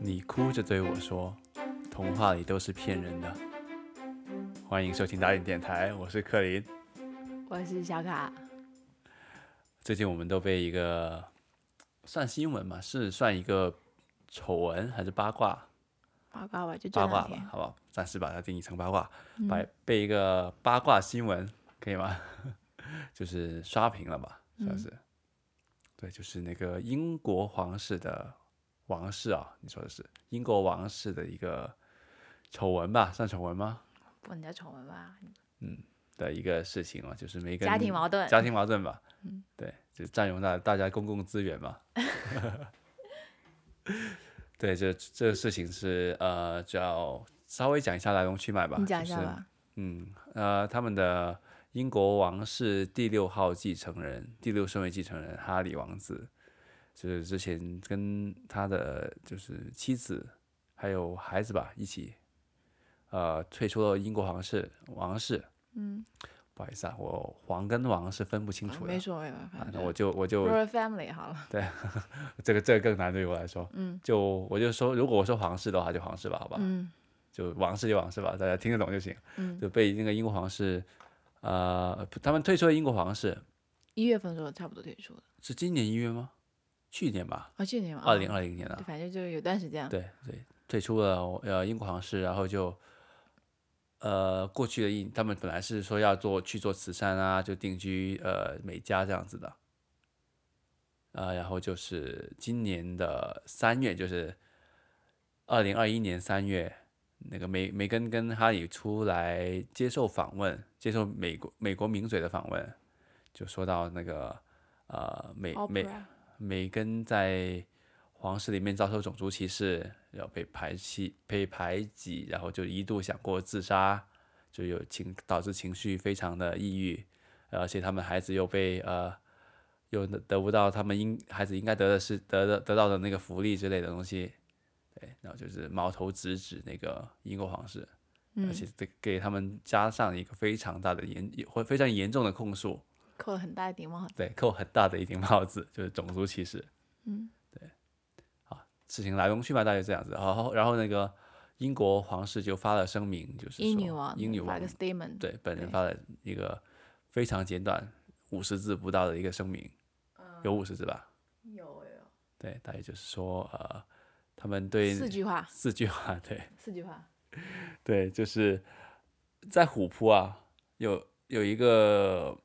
你哭着对我说：“童话里都是骗人的。”欢迎收听打点电台，我是克林。我是小卡，最近我们都被一个算新闻嘛，是算一个丑闻还是八卦？八卦吧，就这八卦两吧天，，嗯好不好？暂时把它定义成八卦，把被一个八卦新闻可以吗？ 就是刷屏了吧，嗯算是。对，就是那个英国皇室的王室啊，你说的是英国王室的一个丑闻吧？算丑闻吗？不能叫丑闻吧？的一个事情嘛，就是梅根家庭矛盾，嗯家庭矛盾吧，对，就占用大大家公共资源 嘛。对，这这个事情是呃，主要稍微讲一下来龙去脉吧。你讲一就下是吧。嗯，呃，他们的英国王室第六号继承人，第六顺位继承人哈里王子，就是之前跟他的就是妻子还有孩子吧一起，呃，退出了英国皇室王室。嗯，不好意思啊，我黄跟王是分不清啊楚的没所谓吧，啊反，那正我就我就 Royal Family 好了，这个这个更难对于我来说，嗯就我就说，如果我说皇室的话，就皇室吧，好吧，嗯就王室就王室吧，大家听得懂就行。嗯，就被那个英国皇室，呃，不他们退出了英国皇室，一月份的时候差不多退出的，是今年一月吗？去年吧，啊，去年吧，二零二，二零年对啊，反正就是有段时间，对对，退出了呃英国皇室，然后就。呃，过去的一他们本来是说要做去做慈善啊，就定居呃美加这样子的，呃，然后就是今年的三月，就是二零二一年三月，那个梅梅根跟哈里出来接受访问，接受美国美国名嘴的访问，就说到那个呃美美 Oprah 梅根在皇室里面遭受种族歧视，然后被排挤被排挤，然后就一度想过自杀，就有情导致情绪非常的抑郁，而且他们孩子又被呃又得得不到他们应孩子应该得的是得的得到的那个福利之类的东西，对，然后就是矛头直指那个英国皇室，而嗯，且给给他们加上一个非常大的严或非常严重的控诉，扣了很大的顶帽，对，扣很大的一顶帽子，就是种族歧视。嗯，事情来龙去脉大概这样子，然后然后那个英国皇室就发了声明，就是英说女王，英女王发个 statement，，对本人对发了一个非常简短五十字不到的一个声明，嗯有五十字吧？有有对，大概就是说呃，他们对四句话，四句话，对，四句话，对，就是在虎扑啊，有有一个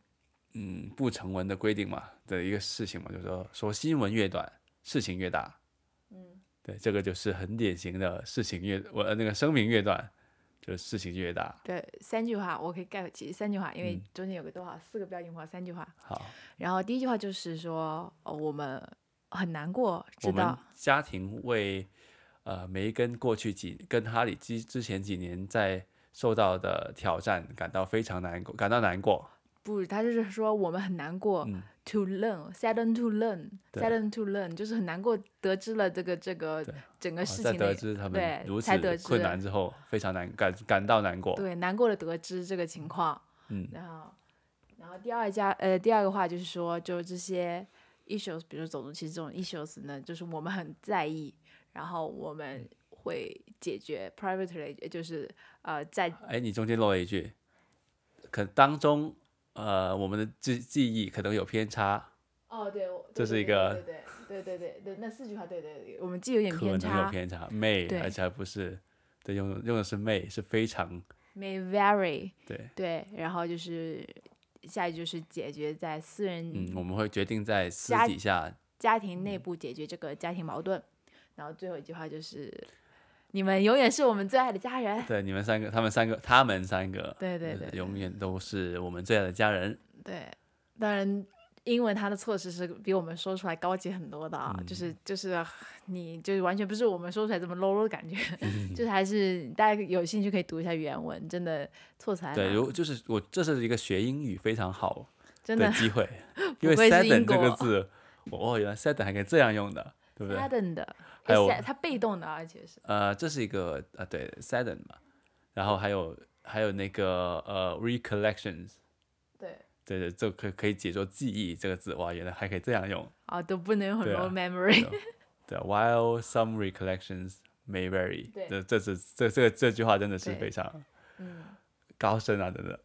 嗯不成文的规定嘛的一个事情嘛，就是说说新闻越短，事情越大。嗯对，这个就是很典型的事情越我呃那个声明越短，就是事情越大。对，三句话我可以概括其三句话，因为嗯中间有个逗号，四个标点符号，三句话。好，然后第一句话就是说，哦，我们很难过，我知们道，家庭为呃梅根过去几跟哈里之之前几年在受到的挑战感到非常难过，感到难过。不是，他就是说我们很难过、嗯 to learn sadden to learn 对 sadden to learn，就是很难过得知了这个这个对整啊个事在呃情的、得知他们对如才得此困知难之后，非常难感感到难过。对难过的得知这个情况，嗯然后然后第二家呃第二个话就是说，就这些 issues，比如种族歧视这种 issues 呢，就是我们很在意，然后我嗯们会解决 privately，也就是呃在哎，你中间漏了一句，可当中呃，我们的记记忆可能有偏差，哦，对，我这对是一对对对对对对对，那四句话，对对对，我们记有点可能有偏差偏差，may，对而且还不是，对，用用的是 may，是非常，may vary，对，对，然后就是下一句就是解决在私嗯，人我们会决定在私家底下，家庭内部解决这个家庭矛盾，然后最后一句话就是你们永远是我们最爱的家人，对你们三个，他们三个，他们三个，对对呃对对永远都是我们最爱的家 人，对，当然。英文它的措辞是比我们说出来高级很多的啊，嗯就是就是你就是完全不是我们说出来这么 low 的感 觉，就是还是大家有兴趣可以读一下原文，真的措辞还对，蛮如就是我这是一个学英语非常好真的的机会， 不因为愧是 sadden 英这个国字，哦，原来 sadden 还可以这样用的，对不对？ sadden 的，还有它被动的，而且是呃，这是一个呃，对，sadden 嘛，然后还有还有那个呃，recollections，对对对，就可可以解作记忆这个字，哇，原来还可以这样用。啊，都不能有很对啊 low memory， 对啊，while some recollections may vary，对这这是这这这句话真的是对非常嗯高深啊，真的。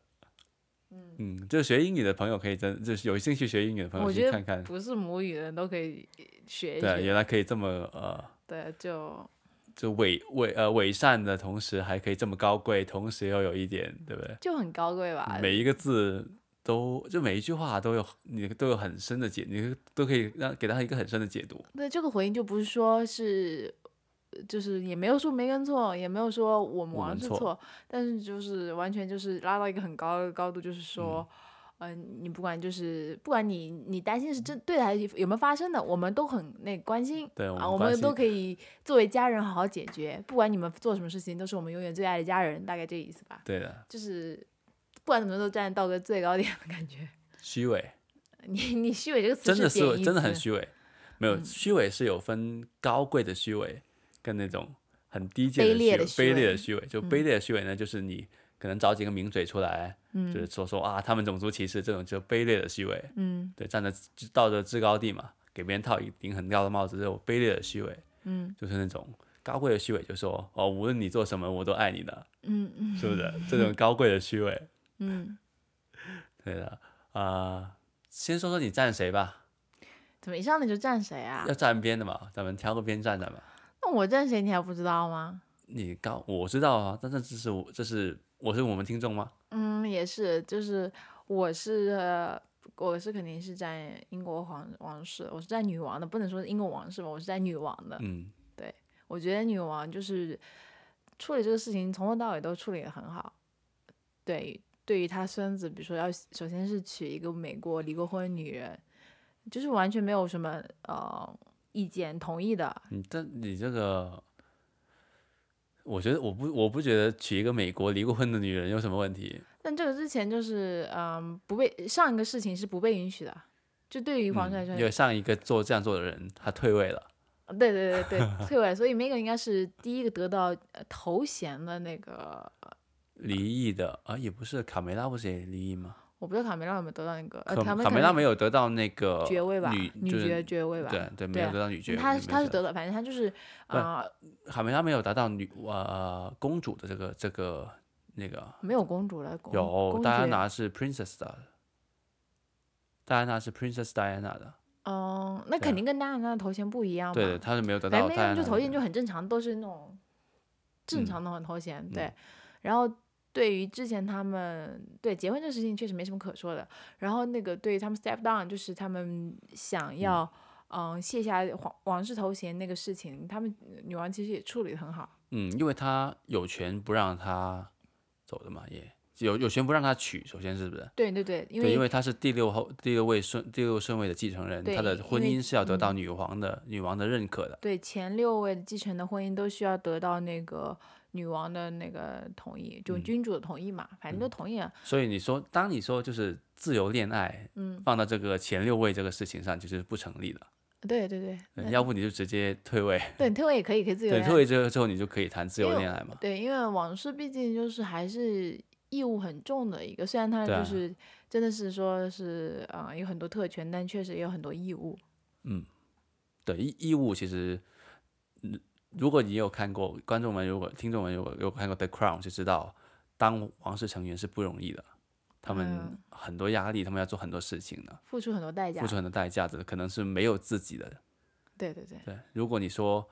嗯，就是学英语的朋友可以真就是有兴趣学英语的朋友我去觉看得看，不是母语的人都可以学一对啊，学，原来可以这么呃，对，就就伪伪呃伪善的同时还可以这么高贵，同时又有一点对不对？就很高贵吧。每一个字都就每一句话都有你都有很深的解，你都可以让给他一个很深的解读。对，这个回应就不是说是，就是也没有说没跟错，也没有说我们我王们是错错，但是就是完全就是拉到一个很高的高度，就是说，嗯、你不管就是不管你你担心是真对的还是有没有发生的，我们都很那关心，对我啊，们我关们都心可以作为家人好好解决，不管你们做什么事情，都是我们永远最爱的家人，大概这意思吧，对的，就是不管怎么都站在道德最高点的感觉。虚伪你 你虚伪这个词真的贬义是真的很词嗯虚伪，没有虚伪是有分高贵的虚伪跟那种很低卑贱的虚劣伪的卑虚劣伪嗯的虚伪。就卑劣的虚伪呢，就是你可能找几个名嘴出来，就是说说啊他们种族歧视这种就卑劣的虚伪。嗯对，站在制道德制高地嘛，给别人套一顶很高的帽子，这种卑劣的虚伪，嗯，就是那种高贵的虚伪，就说哦，无论你做什么，我都爱你的，嗯嗯是不是？这种高贵的虚伪，嗯，对的，啊、先说说你站谁吧，怎么一上来就站谁啊要？站边的嘛，咱们挑个边站的嘛。那我站谁你还不知道吗？你高我知道啊，但是这是我这是我是我们听众吗？嗯，也是，就是我是、呃我是肯定是站英国皇王室，我是站女王的，不能说英国王室吧，我是站女王的。嗯，我觉得女王就是处理这个事情从头到尾都处理得很好。对，对于她孙子，比如说要首先是娶一个美国离过婚的女人，就是完全没有什么呃意见同意的。你这你这个。我觉得我不我不觉得娶一个美国离过婚的女人有什么问题，但这个之前就是嗯不被上一个事情是不被允许的，就对于皇室来说嗯，因为上一个做这样做的人他退位了，对对对对退位，所以 Megan 应该是第一个得到呃头衔的那个，离异的啊，也不是卡梅拉不是也离异吗？我不知道卡梅拉有没有得到那个，呃，可梅卡梅拉没有有得到那个爵位吧？女女就是爵爵位吧？对对，没啊有得到女爵位，她没她是事得到，反正她就是啊、呃卡梅拉没有达到女呃公主的这个这个那个没有公主了，公有哦公戴安爵娜是 Princess 的，戴安娜是 Princess Diana 的，嗯，那对肯啊定跟戴安娜的头衔不一样吧？对对，她是没有得反到正戴 Megan 安娜哎就的头那衔个就很正常，都是那 种正嗯常的头衔，对。然后对于之前他们对结婚这事情确实没什么可说的。然后那个对于他们 step down，就是他们想要嗯、卸下皇王室头衔那个事情，他们女王其实也处理的很好。嗯，因为她有权不让她走的嘛，也有有权不让她娶，首先是不是？对对对，因对，因为为她是第六后第六位顺第六顺位的继承人，她对的因婚为姻是要得嗯到女王的、女王的认可的。对前六位继承的婚姻都需要得到那个女王的那个同意，嗯就君主的同意嘛，反正都同意了。所以你说，当你说就是自由恋爱，嗯，放到这个前六位这个事情上，就是不成立的。对对对，嗯那要不你就直接退位，对退位也可以，可以自由嗯对，恋爱退位之后之后你就可以谈自因由为恋爱嘛。对，因为往事毕竟就是还是义务很重的一个，虽然它对就啊是真的是说是啊、呃有很多特权，但确实也有很多义务。对，义义务其实，嗯如果你有看过，观众们如果听众们如果有看过《The Crown》，就知道当王室成员是不容易的，他们嗯很多压力，他们要做很多事情的，付出很多代价付，出很多代价的，可能是没有自己的。对对对，对，如果你说，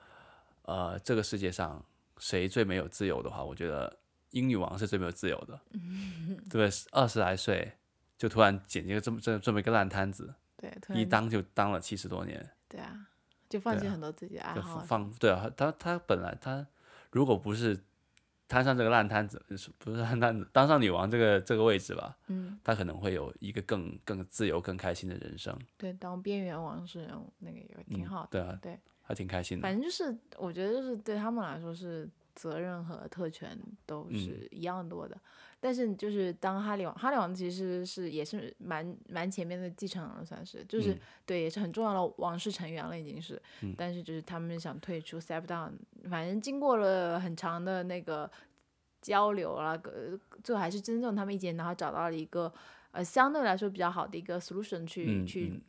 呃，这个世界上谁最没有自由的话，我觉得英女王是最没有自由 的，对吧？二十来岁就突然捡一个这么这这么一个烂摊子，对，突一然当就当了七十多年，对啊，就放对弃啊很多自己的爱就好。放对啊，他他本来他如果不是摊上这个烂摊子，是不是烂摊子，当上女王这个这个位置吧，嗯，他可能会有一个更更自由、更开心的人生，对，当边缘王室人物那个也挺嗯好的。对啊，对，还挺开心的反。正就是我觉得就是对他们来说是责任和特权都嗯是一样多的，但是就是当哈利王，哈利王其实是也是蛮蛮前面的继承人了，算是就是、嗯对也是很重要的王室成员了，已经是，但是就是他们想退出 step down，反正经过了很长的啊那个交流啦，呃最后还是尊重他们意见，然后找到了一个。呃相对来说比较好的一个 solution 去、嗯去嗯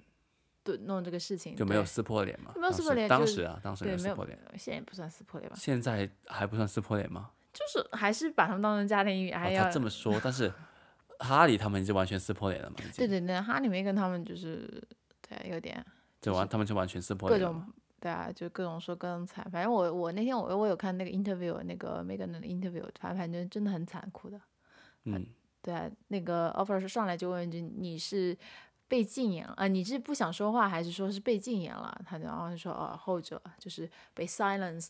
对弄这个事情，就没有对撕破脸嘛？没有撕破脸当就时当时啊，当时没对有没撕有破脸，，现在也不算撕破脸吧，现在还不算撕破脸吗？就是还是把他们当成家庭语言，哦还要、他这么说，但 是哈利他们已经完全撕破脸了嘛？已经对对对，哈里面跟他们就是对啊有点就完，他们就完全撕破各脸了种嘛。对啊，就各种说各种惨。反正我我那天我我有看那个 interview，那个 Megan 的 interview，反反正真的很残酷的。嗯，对啊，那个 offer 是上来就问一句你是被禁言啊、呃你是不想说话还是说是被禁言了？他然后就说哦后者就是被 silenced，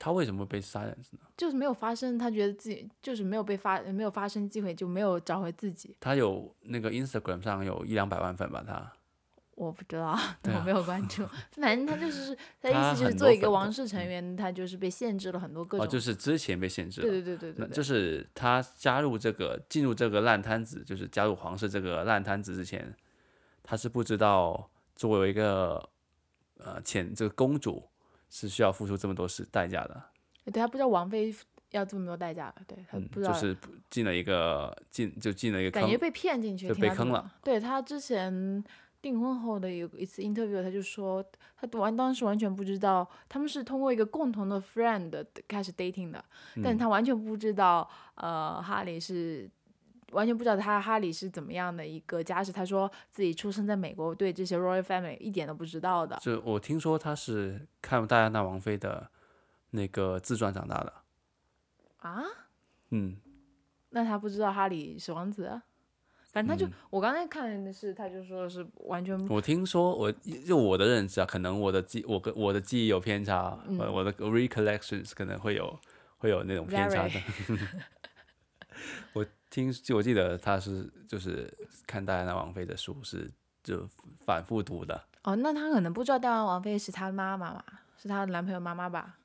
他为什么会被 silence 呢？就是没有发生，他觉得自己就是没有被发没有发生机会就没有找回自己。他有那个 Instagram 上有一两百万粉吧？他我不知道， 对啊我没有关注。 反正 他就是他他意思就是很做多一个粉王的嗯室成员，他就是被限制了很多各哦，种。就是之前被限制了。对对对对那对对，就是他加入这个进入这个烂摊子，就是加入皇室这个烂摊子之前，他是不知道作为一个呃前这个公主是需要付出这么多是代价的，对他不知道王妃要这么多代价了，对他嗯，呃不知道，就是不进了一个进就进了一个感觉坑，被骗进去，就听被他这坑么了。对他之前订婚后的有一次 interview，他就说他完当时完全不知道他们是通过一个共同的 friend 开始 dating 的，但嗯他完全不知道呃哈里是。完全不知道他哈里是怎么样的一个家世，他说自己出生在美国，对这些 royal family 一点都不知道的。就我听说他是看戴安娜王妃的那个自传长大的，啊？嗯，那他不知道哈里是王子？啊反正他就、嗯我刚才看的是，他就说是完全我听说我就我的认知啊，可能我的记我跟我的记忆有偏差，嗯呃我我的 recollections 可能会有会有那种偏差的。 我听就我记得他是就是看戴安娜王妃的书是就反复读的，哦，那他可能不知道戴安王妃是他妈妈嘛，是她男朋友妈妈吧？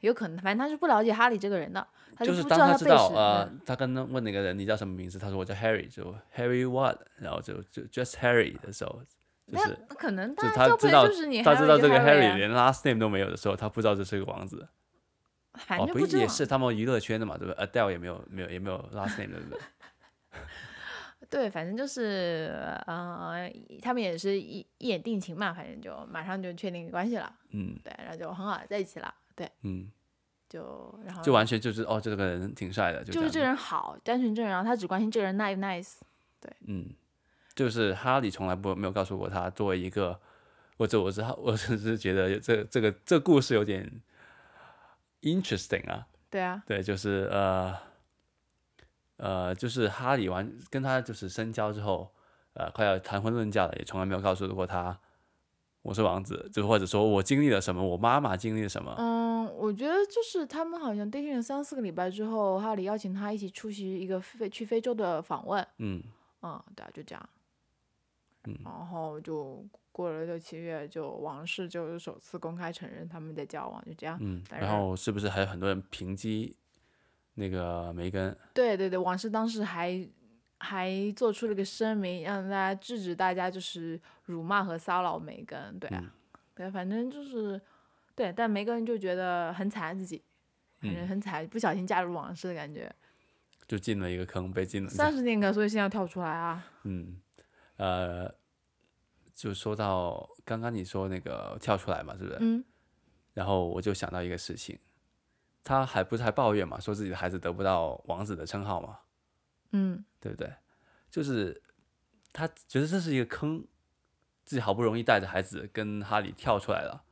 有可能，反正他是不了解哈利这个人的，他就是不当他知背道时。呃嗯，他刚刚问那个人你叫什么名字，他说我叫 Harry，就 Harry what，然后就就 just Harry 的时候，就那是嗯那可能就大家他交知朋道友就是你 Harry 就 Harry 啊，他知道这个 Harry 连 last name 都没有的时候，他不知道这是个王子。反哦，正不不知道。也是他们娱乐圈的嘛，对不对？Adele 也没有没有也没有 last name 的，对 不对？对，反正就是呃，他们也是一一眼定情嘛，反正就马上就确定关系了，嗯对，然后就很好在一起了，对，嗯，就然后就完全就是哦，这个人挺帅的，就就是这样个人好，单纯这个人，然后他只关心这个人 nice 不 nice，嗯，就是哈利从来不没有告诉过他，作为一个，我这我是我只是觉得这这个这故事有点 interesting 啊，对啊，对，就是呃呃，就是哈利完跟他就是深交之后，呃，快要谈婚论嫁了，也从来没有告诉过他我是王子，就或者说我经历了什么，我妈妈经历了什么，嗯，我觉得就是他们好像 dating 了三四个礼拜之后，哈里邀请他一起出席一个非去非洲的访问，嗯嗯，对啊，就这样，嗯然后就过了六七月，就王室就首次公开承认他们在交往，就这样。嗯，反然正后是不是还有很多人抨击那个梅根？对对对，王室当时还还做出了一个声明，让大家制止大家就是辱骂和骚扰梅根，对啊，嗯对，反正就是对，但梅根就觉得很惨自己，反嗯正很惨，不小心嫁入王室的感觉。就进了一个坑，被进了。三十年个，所以现在要跳出来啊！嗯，呃，就说到刚刚你说那个跳出来嘛，是不是？嗯。然后我就想到一个事情，他还不是还抱怨嘛，说自己的孩子得不到王子的称号嘛，嗯，对不对？就是他觉得这是一个坑，自己好不容易带着孩子跟哈利跳出来了，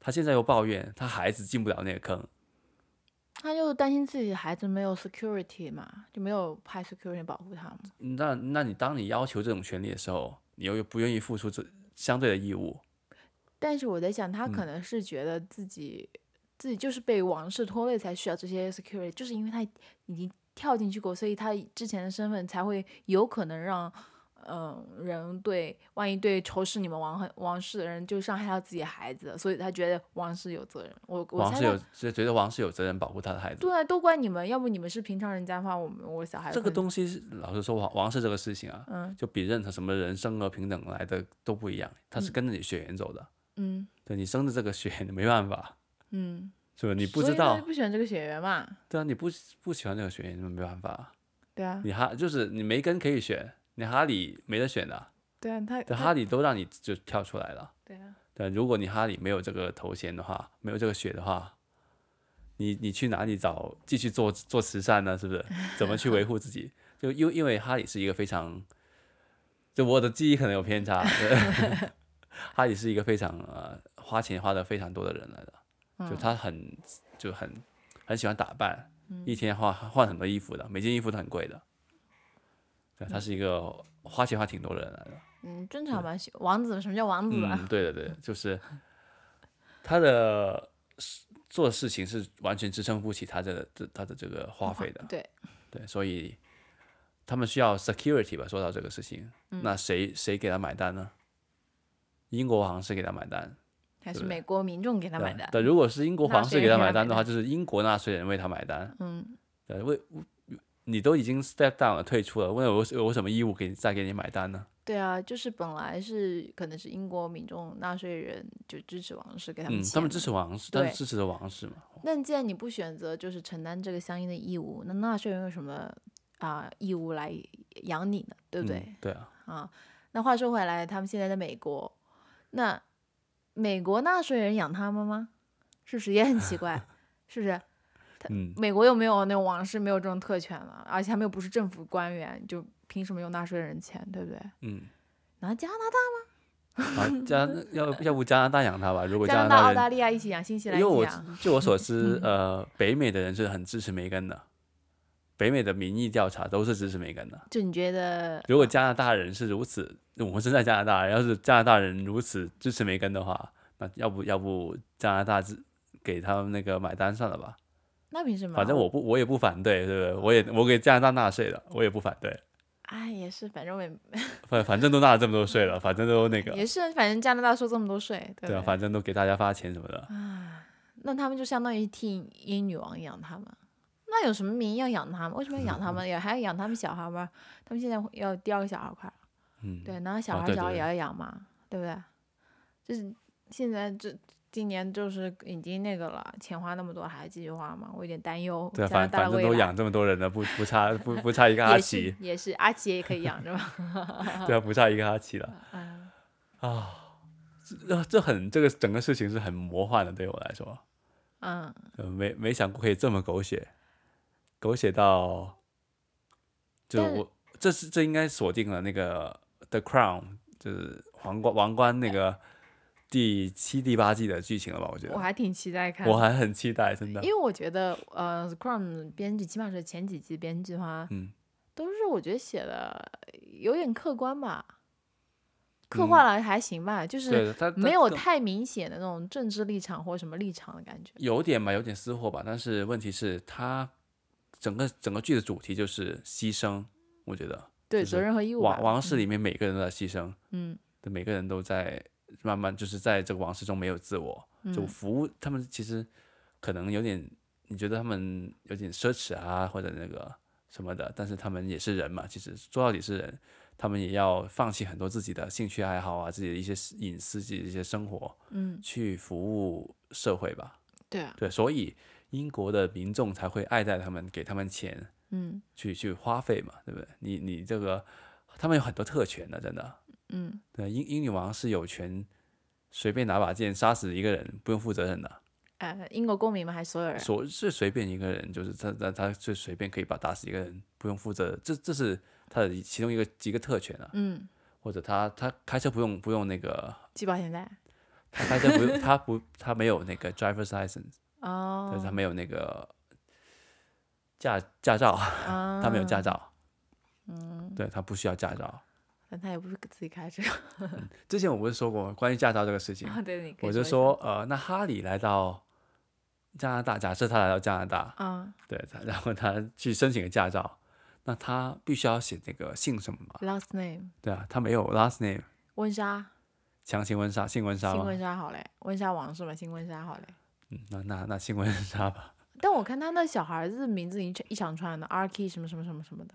他现在又抱怨他孩子进不了那个坑，他就担心自己的孩子没有 security 嘛，就没有派 security 保护他嘛。那那你当你要求这种权利的时候，你又不愿意付出这相对的义务，但是我在想，他嗯可能是觉得自己、自己就是被王室拖累才需要这些 security，就是因为他已经跳进去过，所以他之前的身份才会有可能让。嗯，人对，万一对仇视你们王王室的人就伤害到自己的孩子，所以他觉得王室有责任。我我王猜是他有就觉得王是有责任保护他的孩子。对啊，都怪你们，要不你们是平常人家的话，我们我小孩这可个能东西是，老实说，王王室这个事情啊，嗯就比任何什么人生而平等来的都不一样，它是跟着你血缘走的。嗯对你生的这个血，你没办法，嗯，是吧？你不所知以他道就，不喜欢这个血缘嘛？对啊，你不不喜欢这个血缘，你没办法。对啊，你还就是你梅根可以选，你哈里没得选的啊，对啊，他这他哈里都让你就跳出来了。对啊，对，如果你哈里没有这个头衔的话，没有这个血的话，你你去哪里找继续做做慈善呢？是不是？怎么去维护自己？就因为因为哈里是一个非常，就我的记忆可能有偏差， 对哈里是一个非常呃花钱花的非常多的人来的，就他很就很很喜欢打扮，一天换换很多衣服的，每件衣服都很贵的。对，他是一个花钱花挺多的人来的。嗯，正常吧。王子，什么叫王 子啊？嗯，对的对的，就是他的事做事情是完全支撑不起他的这他的这个花费的， 对，嗯对，所以他们需要 security 吧。说到这个事情，嗯那谁谁给他买单呢？英国皇室给他买单，还是对美国民众给他对买的？对，如果是英国纳皇室税给他人给他买买单的话，单就是英国纳税人为他买单。嗯，对，为你都已经 step down 了，退出了，问我有什么义务给你再给你买单呢？对啊，就是本来是可能是英国民众纳税人就支持王室给他嗯，们钱的，他们支持王室，但对是支持的王室嘛，那既然你不选择就是承担这个相应的义务，那纳税人有什么啊、义务来养你呢？对不对？嗯？对啊，啊，那话说回来，他们现在在美国，那美国纳税人养他们吗？是不是也很奇 怪？是不是？嗯，美国又没有那种王室没有这种特权了，而且他们又不是政府官员，就凭什么用纳税人钱，对不对？嗯。拿加拿大、啊，加拿要要不加拿大养它吧？如果加拿拿大、澳人，大利亚一起养，新西兰因为一起我养，据我 所知，呃，北美的人是很支持梅根的，北美的民意调查都是支持梅根的。就你觉得如果加拿大人是如此，我们身在加拿大，要是加拿大人如此支持梅根的话，那要不要不加拿大支给他们那个买单算了吧？那凭什么啊？反正我不我也不反对，对不对？我也我给加拿大纳税了，我也不反对，哎也是，反正我也反反正都纳了这么多税了，反正都那个也是，反正加拿大收这么多税，对不啊对对啊，反正都给大家发钱什么的。那他们就相当于替英女王养他们，那有什么名义要养他们？为什么要养他们？也还要养他们小孩吗？他们现在要第二个小孩快了，嗯，对，然后小啊孩、对小孩对也要养嘛，对不对？就是现在这今年就是已经那个了，钱花那么多还继续花嘛，我有点担忧对，啊加拿反大反的正未都来。养这么多人了，不不差不不差一个阿也是嗯奇，也是，阿奇也可以养着吧？ 嗯对啊，不差一个阿奇了。啊，这这很这个整个事情是很魔幻的，对我来说，嗯，呃没没想过可以这么狗血，狗血到，就但我这是这应该锁定了那个 The Crown，就是皇冠王冠那个第七第八季的剧情了吧？我觉我得还挺期待看的我，还很期待，真的因。为我觉得呃 c r o m 编剧起码是前几季编剧的话，嗯，都是我觉得写的有点客观吧，刻画了还行吧，就嗯是对，他他没有更太明显的那种政治立场或什么立场的感觉。有点吧，有点私货吧。但是问题是，他整个整个剧的主题就是牺牲，我觉得对，就是责任和义务吧王。王室里面每个人都在牺牲，嗯对，每个人都在慢慢就是在这个王室中没有自我，就嗯服务他们其实可能有点，你觉得他们有点奢侈啊，或者那个什么的，但是他们也是人嘛，其实说到底是人，他们也要放弃很多自己的兴趣爱好啊，自己的一些隐私，自己的一些生活，嗯，去服务社会吧。对啊，对，所以英国的民众才会爱戴他们，给他们钱嗯去去花费嘛，对不对？你你这个，他们有很多特权的，真的。嗯，对，英英女王是有权随便拿把剑杀死一个人，不用负责任的，呃，英国公民嘛，还是所有人？所是随便一个人，就是他他他是随便可以把打死一个人，不用负责，这这是他的其中一个几个特权啊，嗯，或者他他开车不用不用那个，系保险带。他开车不用他不他没有那个 driver's license，但是他哦，没有那个驾驾照。他 他啊没有驾，照，嗯，对他不需要驾照。但他也不是自己开车。之前我不是说过关于驾照这个事情，啊， 对，你可嗯以我就一下说，呃，那哈里来到加拿大，假设他来到加拿大，啊对，他然后他去申请个驾照，那他必须要写那个姓什么嘛？ ，last name 对啊，他没有 last name，温莎，强行温莎，姓温莎新吗？温莎好嘞，温莎王是吧？新温莎好嘞。嗯，那那那姓温莎吧，但我看他那小孩子名字一一长串的 r k 什么什么什么什么的，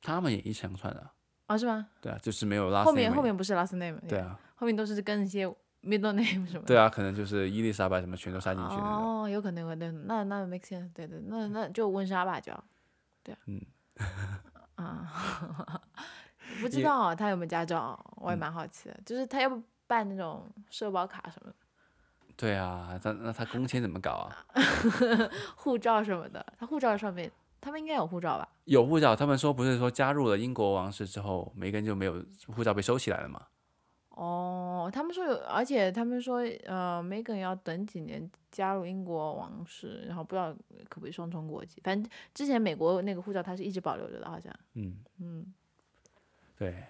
他们也一长串的，哦，是吗？对啊，就是没有 last name，后面后而已面不是 last name，对，啊，后面都是跟一些 middle name 什么的。对啊，可能就是伊丽莎白什么全都塞进去那种。嗯哦，有可能，有可能，那那 make sense，对对，那那就温莎吧，就，对，嗯，啊， 不知道啊他有没有驾照，我嗯也蛮好奇的。就是他要不办那种社保卡什么的、对啊，他那他工签怎么搞啊？护照什么的，他护照上面他们应该有护照吧？有护照，他们说不是说加入了英国王室之后，梅根就没有护照被收起来了嘛？哦，他们说有，而且他们说，呃，Megan 要等几年加入英国王室，然后不知道可不可以双重国籍。反正之前美国那个护照他是一直保留着的，好像嗯嗯，对，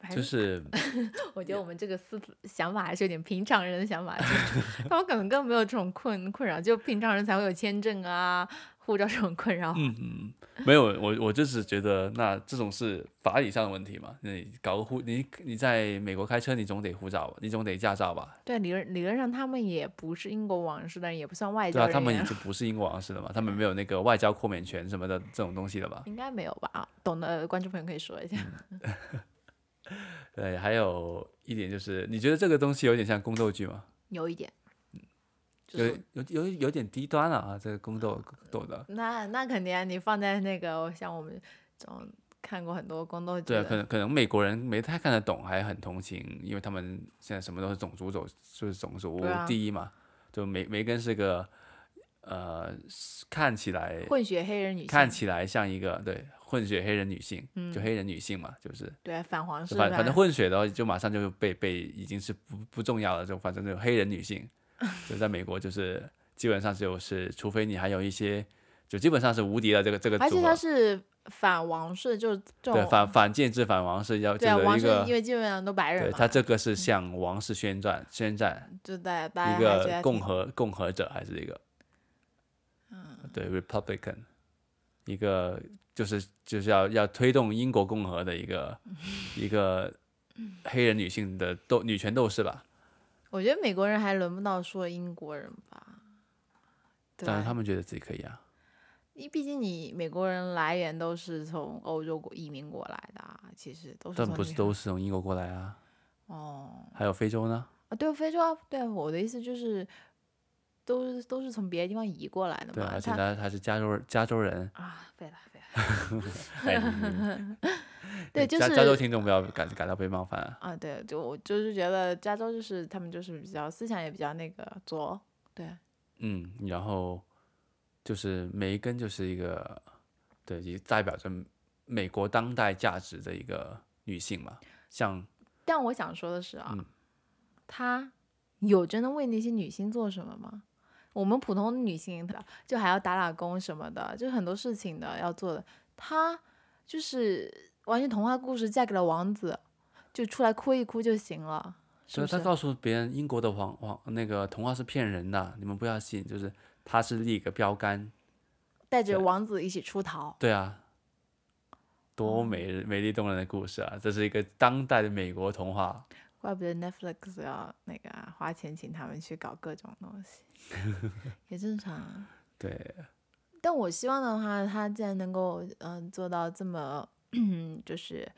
还就是是我觉得我们这个思想法还是有点平常人的想法，就是 他们可能根本没有这种困困扰，就平常人才会有签证啊、护照这种困扰。嗯 没有，我我就是觉得，那这种是法理上的问题嘛。那你搞个护，你你在美国开车，你总得护照吧，你总得驾照吧？对，理论理论上他们也不是英国王室的人，也不算外对啊，交人他们员已经不是英国王室了嘛，嗯他们没有那个外交豁免权什么的这种东西了吧？应该没有吧？啊懂的观众朋友可以说一下。嗯对，还有一点就是，你觉得这个东西有点像宫斗剧吗？有一点，就有是有有有点低端了啊，这个宫斗斗的。那那肯定啊，你放在那个像我们这种看过很多宫斗剧对啊，可的，能可能美国人没太看得懂，还很同情，因为他们现在什么都是种族走，就是种族对啊第一嘛。就梅梅根是个呃，是看起来混血黑人女性，嗯看起来像一个对混血黑人女性，就黑人女性嘛，就是对反皇室反反正吧混血的话就马上就被被已经是不不重要了，就反正就黑人女 性，就在美国就是基本上就是，除非你还有一些，就基本上是无敌了这个这个而且组她合。是反王室，就是这对种反反建制反王室要这对啊个王一室，因个，为基本上都白人对嘛，嗯他这个是向王室宣战宣战，就大大家一还觉得个还共挺和共和者还是一个，嗯对 Republican，一个就是就是要要推动英国共和的一 个一个黑人女性的斗女权斗士吧，我觉得美国人还轮不到说英国人吧，对但是他吧？们觉得自己可以啊，因为毕竟你美国人来源都是从欧洲国移民过来的啊，其实都是但从不那是边都是从英国过来啊，哦还有非洲呢，啊，对非洲啊，对我的意思就是都是都是从别的地方移过来的对啊，嗯嘛，而且他，他还是加州加州人 啊，废了废了。哎你对，就加加州是听众不要感感到被冒犯啊。啊，对，就我就是觉得加州就是他们就是比较思想也比较那个左，对，嗯，然后就是梅根就是一个，对，也代表着美国当代价值的一个女性嘛，像但我想说的是嗯啊，她有真的为那些女性做什么吗？我们普通的女性就还要打打工什么的，就很多事情的要做的。她就是完全童话故事，嫁给了王子，就出来哭一哭就行了，是就不是她是？告诉别人英国的皇皇那个童话是骗人的，你们不要信，就是她是立一个标杆，带着对王子一起出逃，对啊，多美美丽动人的故事啊！这是一个当代的美国童话，怪不得 Netflix 要那个啊、花钱请他们去搞各种东西，也正常啊。对，但我希望的话，他既然能够嗯、呃做到这么，就是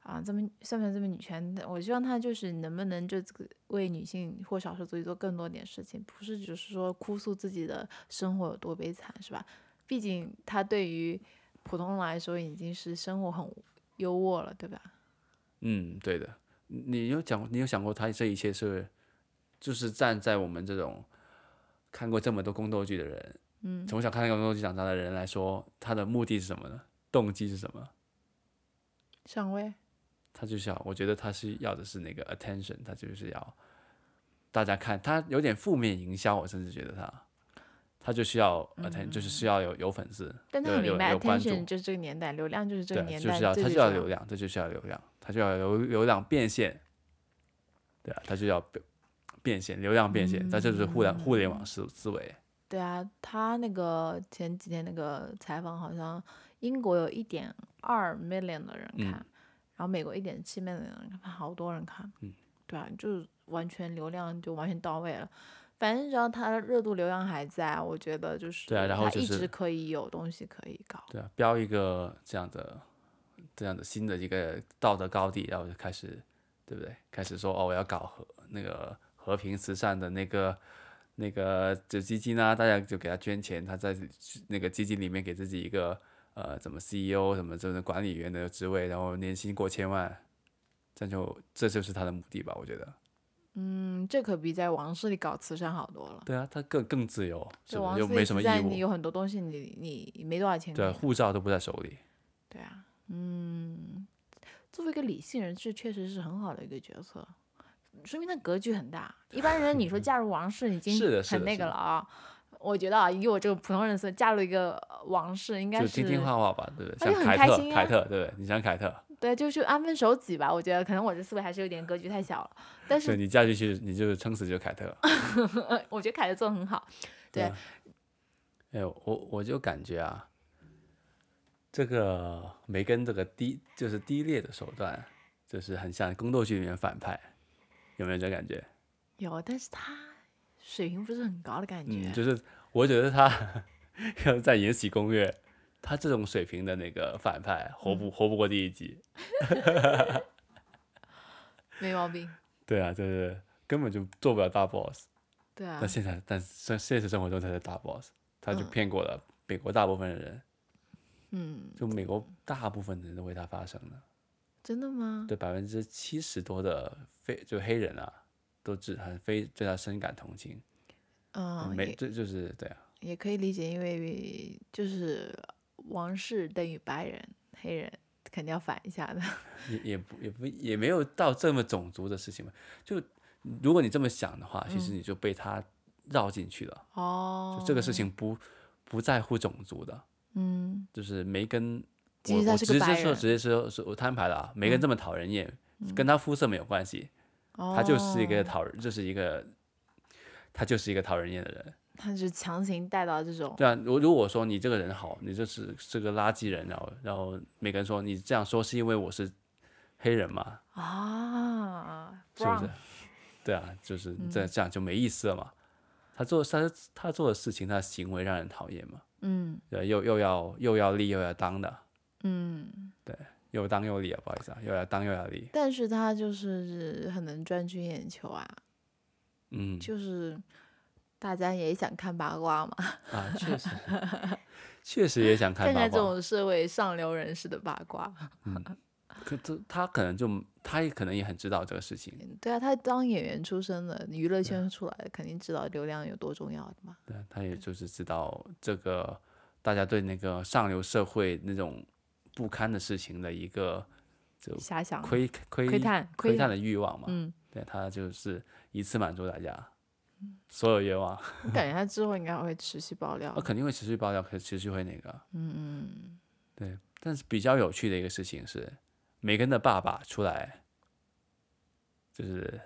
啊、这么算不算这么女权？我希望他就是能不能就这个为女性或少数族裔做更多点事情，不是只是说哭诉自己的生活有多悲惨，是吧？毕竟他对于普通人来说已经是生活很优渥了，对吧？嗯，对的。你有讲，你有想过她这一切是，就是站在我们这种看过这么多宫斗剧的人。嗯，从小看那个东西长大的人来说，他的目的是什么呢？动机是什么？上位，他就想，我觉得他是要的是那个 attention，他就是要大家看他有点负面营销，我甚至觉得他，他就需要嗯 attention，、就是需要有有粉丝，但他有很明有白有关注， ，attention 就是这个年代，流量就是这个对，年就代，是要最他最就要重流量，这就需要流量，他就要流流量变现，对啊，他就要变变现，流量变嗯现，他就是互联互联网思思维，对啊，他那个前几天那个采访，好像英国有一点二 million 的人看，嗯然后美国一点七 million 的人看，好多人看。嗯，对啊，就是完全流量就完全到位了。反正只要他的热度流量还在，我觉得就是对啊然后他就一是直可以有东西可以搞。对啊，标一个这样的、这样的新的一个道德高地，然后就开始，对不对？开始说哦，我要搞和那个和平慈善的那个那个就基金啊，大家就给他捐钱，他在那个基金里面给自己一个呃怎么 CEO 什么这种管理员的职位，然后年薪过千万，这就这就是他的目的吧？我觉得。嗯，这可比在王室里搞慈善好多了。对啊，他更更自由，是就不王是室又没什么在义你务？有很多东西你，你你没多少钱对啊，拿护照都不在手里。对啊，嗯，作为一个理性人士，确实是很好的一个角色，说明他格局很大。一般人 你说嫁入王室已经是的是很的那是个的了啊。我觉得啊，以我这个普通人的思维，嫁入一个呃王室应该就是听听话话吧，对不而对？且像很凯开特，心啊凯特，对不对？你像凯特，对，就就安分守己吧。我觉得可能我这思维还是有点格局太小了，但对是你嫁进去，你就是撑死就凯特。 我觉得凯特做的很好。对啊哎，我我就感觉啊，这个梅根这个低就是低劣的手段，就是很像宫斗剧里面反派，有没有这感觉？有，但是他水平不是很高的感觉。嗯，就是我觉得他 要在《延禧攻略》，他这种水平的那个反派，活嗯不活不过第一集。没毛病。对啊，就是根本就做不了大 boss。对啊但，现在，但现现实生活中他是大 boss，他就骗过了美国大部分的人，嗯，就美国大部分的人都为他发声的。真的吗？对百分之七十多的非就黑人啊，都只很非对他深感同情，嗯，没也这就是对啊，也可以理解，因为就是王室等于白人、黑人，肯定要反一下的。 也也不也不也没有到这么种族的事情嘛。就如果你这么想的话，其嗯实你就被他绕进去了。哦就，这个事情不不在乎种族的，嗯，就是梅根，即我使他我是直接个白说人嗯直接说说我摊牌了啊，梅根这么讨人厌，跟他肤色没有关系，哦，他就是一个讨人，就是一个他就是一个讨人厌的人。他是强行带到这种，对啊，如如果说你这个人好，你就是是个垃圾人，然后然后每个人说你这样说是因为我是黑人嘛，啊，是不是 brown？？ 嗯对啊，就是这这样就没意思了嘛。他做他他做的事情，他的行为让人讨厌嘛，嗯对啊，又又要又要立又要当的，嗯，又当又立啊，不好意思啊，又要当又要立，但是他就是很能专军眼球啊，嗯就是大家也想看八卦嘛，啊，确实 确实也想看看八看这卦，种社会上流人士的八卦。可这他可能就他也可能也很知道这个事情，对啊，他当演员出身的，娱乐圈出来的，肯定知道流量有多重要的嘛。对，他也就是知道这个大家对那个上流社会那种不堪的事情的一个就遐想、窥窥嗯窥探、窥探探，的欲望嘛。嗯，对他就是一次满足大家所有愿望，我感觉他之后应该会持续爆料我的。肯定会持续爆料，可持续会那个。嗯对，但是比较有趣的一个事情是，梅根的爸爸出来就是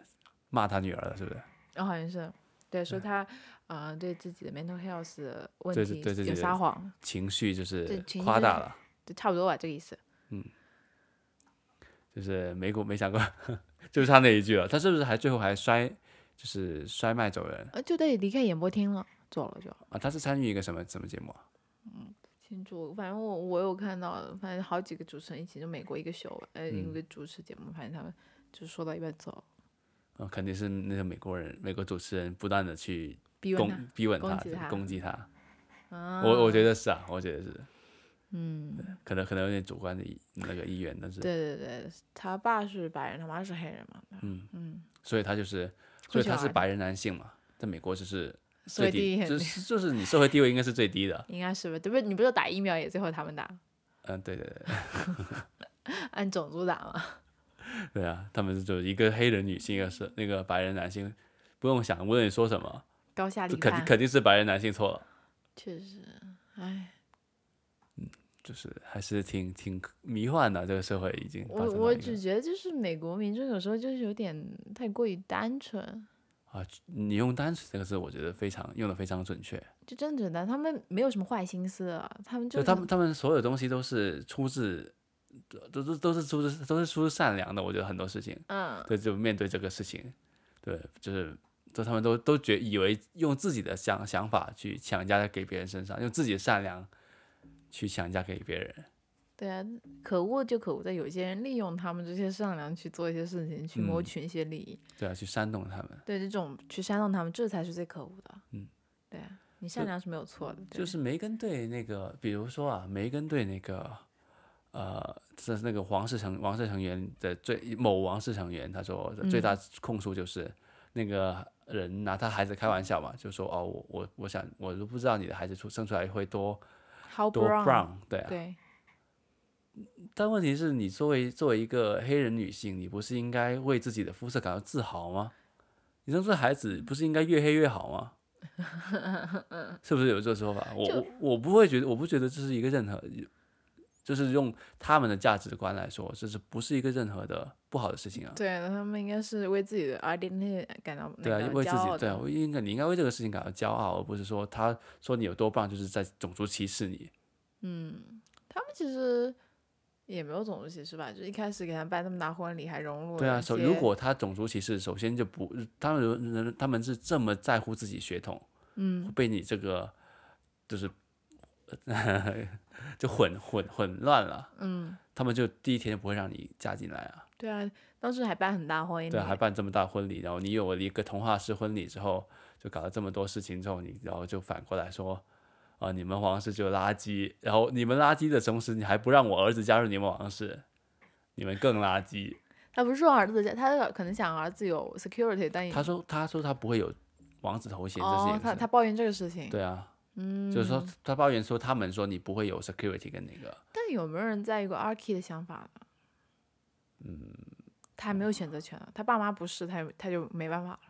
骂他女儿了，是不是？嗯，好像是，对，说他呃对自己的 mental health 的问对题对自己有的撒谎，情绪就对是情绪夸大在了。就差不多吧，这个意思。就是美股没想过， 就是他那一句了。他是不是还最后还摔，就是摔卖走人呃，就得离开演播厅了，走了就。啊？他是参与一个什么什么节目啊？清楚，反正我我有看到，反正好几个主持人一起，就美国一个秀，呃，一嗯个主持节目，反正他们就说到一半走了，啊，肯定是那个美国人，美国主持人不断的去逼问攻逼问攻他击，他攻击他。他。啊，我我觉得是啊，我觉得是，嗯，可能可能有点主观的意那个意愿，但是，对对对，他爸是白人，他妈是黑人嘛，嗯嗯，所以他就是，所以他是小孩白人男性嘛，在美国就是社最会地低，位就是就是你社会地位应该是最低的。应该是吧？对不？你不是打疫苗也最后他们打，嗯，对对对。按种族打嘛？对啊，他们是就一个黑人女性，一个是那个白人男性，不用想，无论你说什么，高下立就肯定判，肯定是白人男性错了，确实，哎，就是还是挺挺迷幻的，这个社会已经发我展到我一个只觉得就是美国民众有时候就是有点太过于单纯，啊，你用单词这个字，我觉得非常用的非常准确，就真的简单，他们没有什么坏心思啊，他们就就是他们他们所有东西都是出自，都都都是出自都是出自善良的，我觉得很多事情，嗯，对，就面对这个事情，对，就是。都他们都都觉以为用自己的想想法去强加给别人身上，用自己的善良去强加给别人，对啊，可恶就可恶在有些人利用他们这些善良去做一些事情，去谋嗯取一些利益，对啊，去煽动他们。对这种去煽动他们，这才是最可恶的。嗯，对啊，你善良是没有错的，对啊就是梅根对那个，比如说啊，梅根对那个，呃，这是那个王室成王室成员的最某王室成员，他说嗯最大控诉就是那个人拿他孩子开玩笑嘛，就说哦，我我我想我都不知道你的孩子出生出来会多 How 多 brown？ brown，对啊。对，但问题是你作为作为一个黑人女性，你不是应该为自己的肤色感到自豪吗？你生出的孩子不是应该越黑越好吗？ 是不是有这个说法？我就我我不会觉得，我不觉得这是一个任何，就是用他们的价值观来说，这是不是一个任何的不好的事情啊？对，他们应该是为自己的 identity 感到那对啊个，为自骄傲己对的啊，我应该你应该为这个事情感到骄傲，而不是说他说你有多棒就是在种族歧视你。他们其实也没有种族歧视吧，就一开始给他办那么大婚礼，还融入了对啊，一首如些果他种族歧视，首先就不，他们人他们是这么在乎自己血统，嗯，被你这个就是 就混混混乱了，嗯，他们就第一天就不会让你嫁进来啊，对啊，当时还办很大婚礼，对啊，还办这么大婚礼，然后你有了一个童话式婚礼之后，就搞了这么多事情之后，你然后就反过来说，啊、你们皇室就垃圾，然后你们垃圾的同时，你还不让我儿子加入你们皇室，你们更垃圾。他不是说儿子家，他可能想儿子有 security，但也他说他说他不会有王子头衔，这是一哦个，他事他抱怨这个事情，对啊，嗯，就是说他抱怨说他们说你不会有 security 跟那个，但有没有人在意过 Arky 的想法呢？嗯，他还没有选择权啊，他爸妈不是，他也他就没办法了。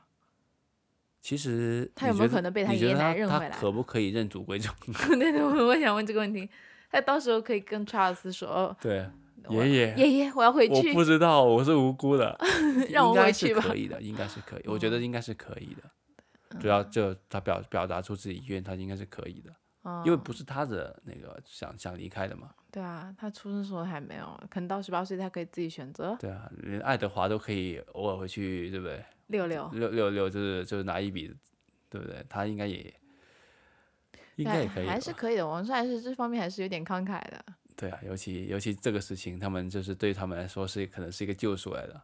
其实他你有没有觉得可能被他你觉爷得爷奶认他回来可不可以认祖归宗？ 对对，我我想问这个问题，他到时候可以跟查尔斯说，哦对，啊我爷爷，爷爷，我要回哎我去不。知道，我是无辜的， 让应我该回是去吧嗯可以的，应该是可以，我觉得应该是可以的。主要就他表表达出自己意愿，他应该是可以的，因为嗯不是他的那个想想离开的嘛。对啊，他出生时候还没有，可能到十八岁他可以自己选择对啊，连爱德华都可以偶尔回去，对不对？六六。六六六就是就是拿一笔，对不对？他应该也应该也可以还的是吧可以的。王帅是这方面还是有点慷慨 的。对啊，尤其尤其这个事情，他们就是对他们来说是可能是一个救赎来的。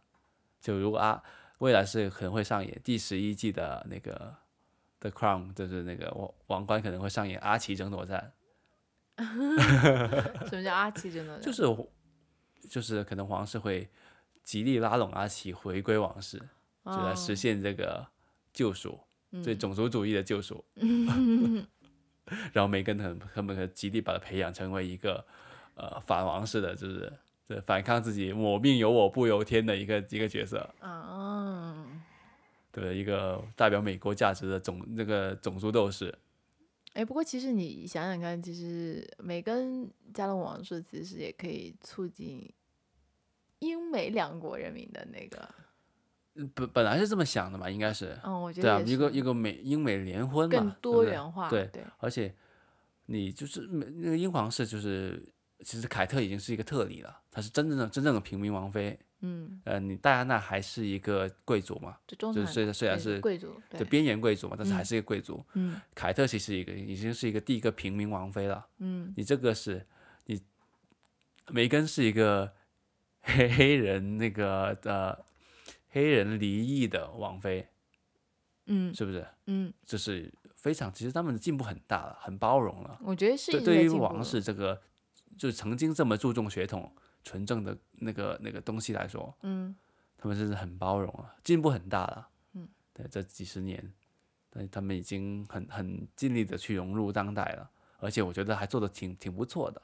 就如果啊，未来是可能会上演第十一季的那个《The Crown》，就是那个王王冠可能会上演阿奇争夺战，什么叫阿奇真的？就是就是可能皇室会极力拉拢阿奇回归王室，就哦来实现这个救赎，嗯对种族主义的救 赎。然后梅根很恨不得极力把他培养成为一个呃反王式的，就是对反抗自己“我命由我不由天”的一个一个角色，啊，对不对？一个代表美国价值的种那个种族斗士。哎，不过其实你想想看，其实梅根加入王室其实也可以促进英美两国人民的那个，本本来是这么想的嘛，应该是嗯，我觉对啊，得也一是个一个美英美联婚嘛，更对多不对元化。对对而且你就是美那个英皇室，就是其实凯特已经是一个特例了，她是真正的真正的平民王妃。嗯，呃，你戴安娜还是一个贵族嘛，就中就是产虽然虽然贵是贵族，就对，边缘贵族嘛，但是还是一个贵族。嗯凯特其实一个已经是一个第一个平民王妃了。嗯，你这个是你梅根是一个黑黑人那个呃黑人离异的王妃，嗯是不是？嗯，这是非常，其实他们的进步很大了，很包容了。我觉得是一对，直对在于进步王的室这个，就曾经这么注重血统纯正的那个那个东西来说，嗯，他们真是很包容了，进步很大了。嗯，对，这几十年，对，他们已经很很尽力的去融入当代了，而且我觉得还做的挺挺不错的。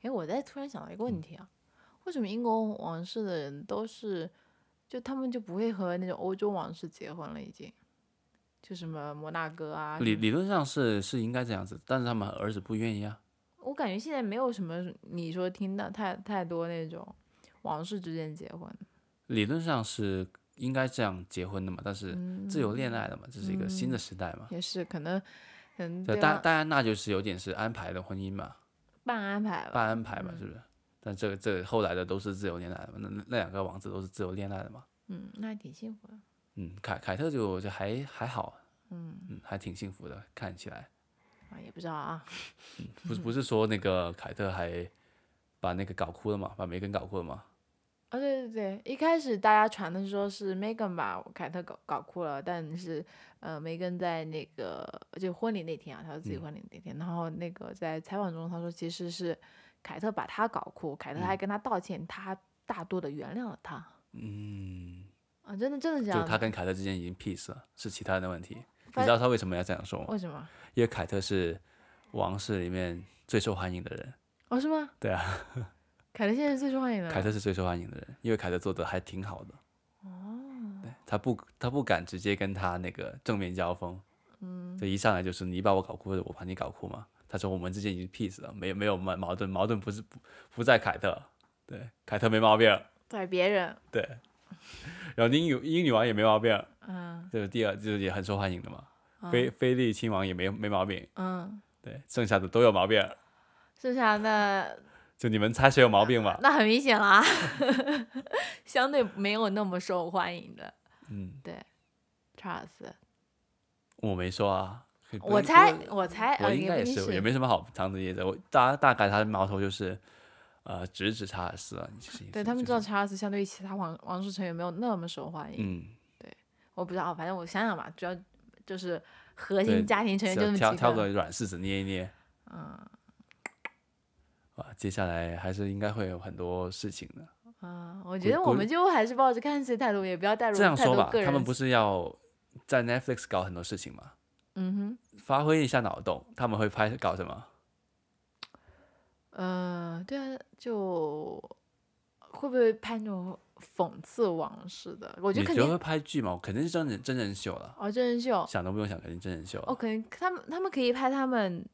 哎，我在突然想到一个问题啊，为什么英国王室的人都是，就他们就不会和那种欧洲王室结婚了？已经，就什么摩纳哥啊什理么，理论上是是应该这样子，但是他们儿子不愿意啊。我感觉现在没有什么你说听到太太多那种王室之间结婚，理论上是应该这样结婚的嘛，但是自由恋爱了嘛，这是一个新的时代嘛。也是可能，可能对，对啊戴方戴安娜就是有点是安排的婚姻嘛。半安排吧。半安排嘛，是不是？但这个这个后来的都是自由恋爱的嘛，那那那两个王子都是自由恋爱的嘛。嗯，那还挺幸福的。嗯，凯凯特就就还还好，嗯，还挺幸福的，看起来啊，也不知道啊，不是不是说那个凯特还把那个搞哭了嘛，把梅根搞哭了嘛？哦，对对对，一开始大家传的说是 Megan 把凯特搞搞哭了，但是呃，Megan 在那个就婚礼那天啊，她说嗯自己婚礼那天，然后那个在采访中她说其实是凯特把她搞哭，凯特还跟她道歉，她还大度的原谅了她。嗯，啊，真的真的这就样他的？跟凯特之间已经 peace 了，是其他的问题。你反知道他为什么要这样说吗？为什么？因为凯特是王室里面最受欢迎的人。哦，是吗？对啊， 凯特现在是最受欢迎的凯了。特是最受欢迎的人，因为凯特做的还挺好的。哦，对，他不他不敢直接跟他那个正面交锋，嗯，就一上来就是你把我搞哭，或者我把你搞哭嘛。他说我们之间已经 peace 了，没有没有矛矛盾，矛盾不是不不在凯特，对，凯特没毛病，对别人，对， 然后英女英女王也没毛病，嗯就是第二就是也很受欢迎的嘛。菲菲利亲王也没没毛病，嗯，对，剩下的都有毛病，剩下那就你们猜谁有毛病吧？那很明显啦， 相对没有那么受欢迎的嗯，查尔斯。我没说啊，可以不我能猜不能，我猜，我呃应该也不一定是，也没什么好藏着掖着。我大大概他的矛头就是，呃，直指查尔斯啊，你是对他们知道，就是查尔斯相对于其他王王室成员没有那么受欢迎。 嗯，我不知道，反正我想想吧，主要就是核对心家庭成员就挑那么挑几挑个。个软柿子捏一捏嗯啊，接下来还是应该会有很多事情的。嗯，我觉得估我们就还是抱着看戏的态度，也不要带入这样太说多吧个，人。他们不是要在 Netflix 搞很多事情吗？嗯发挥一下脑洞，他们会拍搞什么？哼，呃，对啊，就会不会拍那种讽刺王室的？我觉你得肯觉得定会拍剧吗？肯定是真人真人秀了，哦，真人秀想都不用想，肯定真人秀了。哦，可能他们他们可以拍他们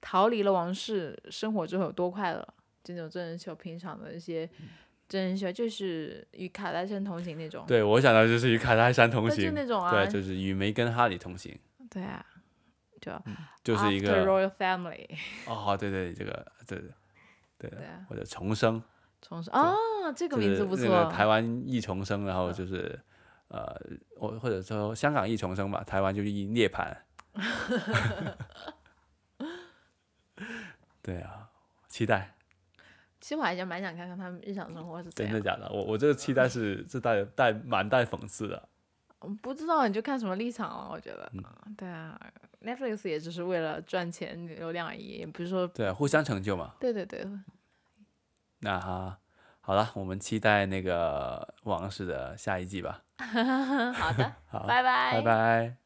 逃离了王室生活之后有多快乐，就那种真人秀，平常的一些真人秀，就是与卡戴珊同行那种，对，我想到就是与卡戴珊同对，就行，那种啊，对，就是与梅根哈里同行，对啊，就就是一 After 个 royal family，哦，对对，这个对对对啊，或者重生，重生哦，这个就名字是不那个错，嗯台湾一重生，然后就是呃，我或者说香港一重生吧，台湾就一涅槃。 对啊，期待，其实我还想蛮想看看他们日常生活是怎真的样，假的？我我这个期待是是带带蛮带讽刺的。我不知道你就看什么立场了，我觉得，嗯对啊，Netflix 也只是为了赚钱流量而已，也不是说，对，啊互相成就嘛。对对对，那哈，好了，我们期待那个王室的下一季吧。嗯好的， 好，拜拜，拜拜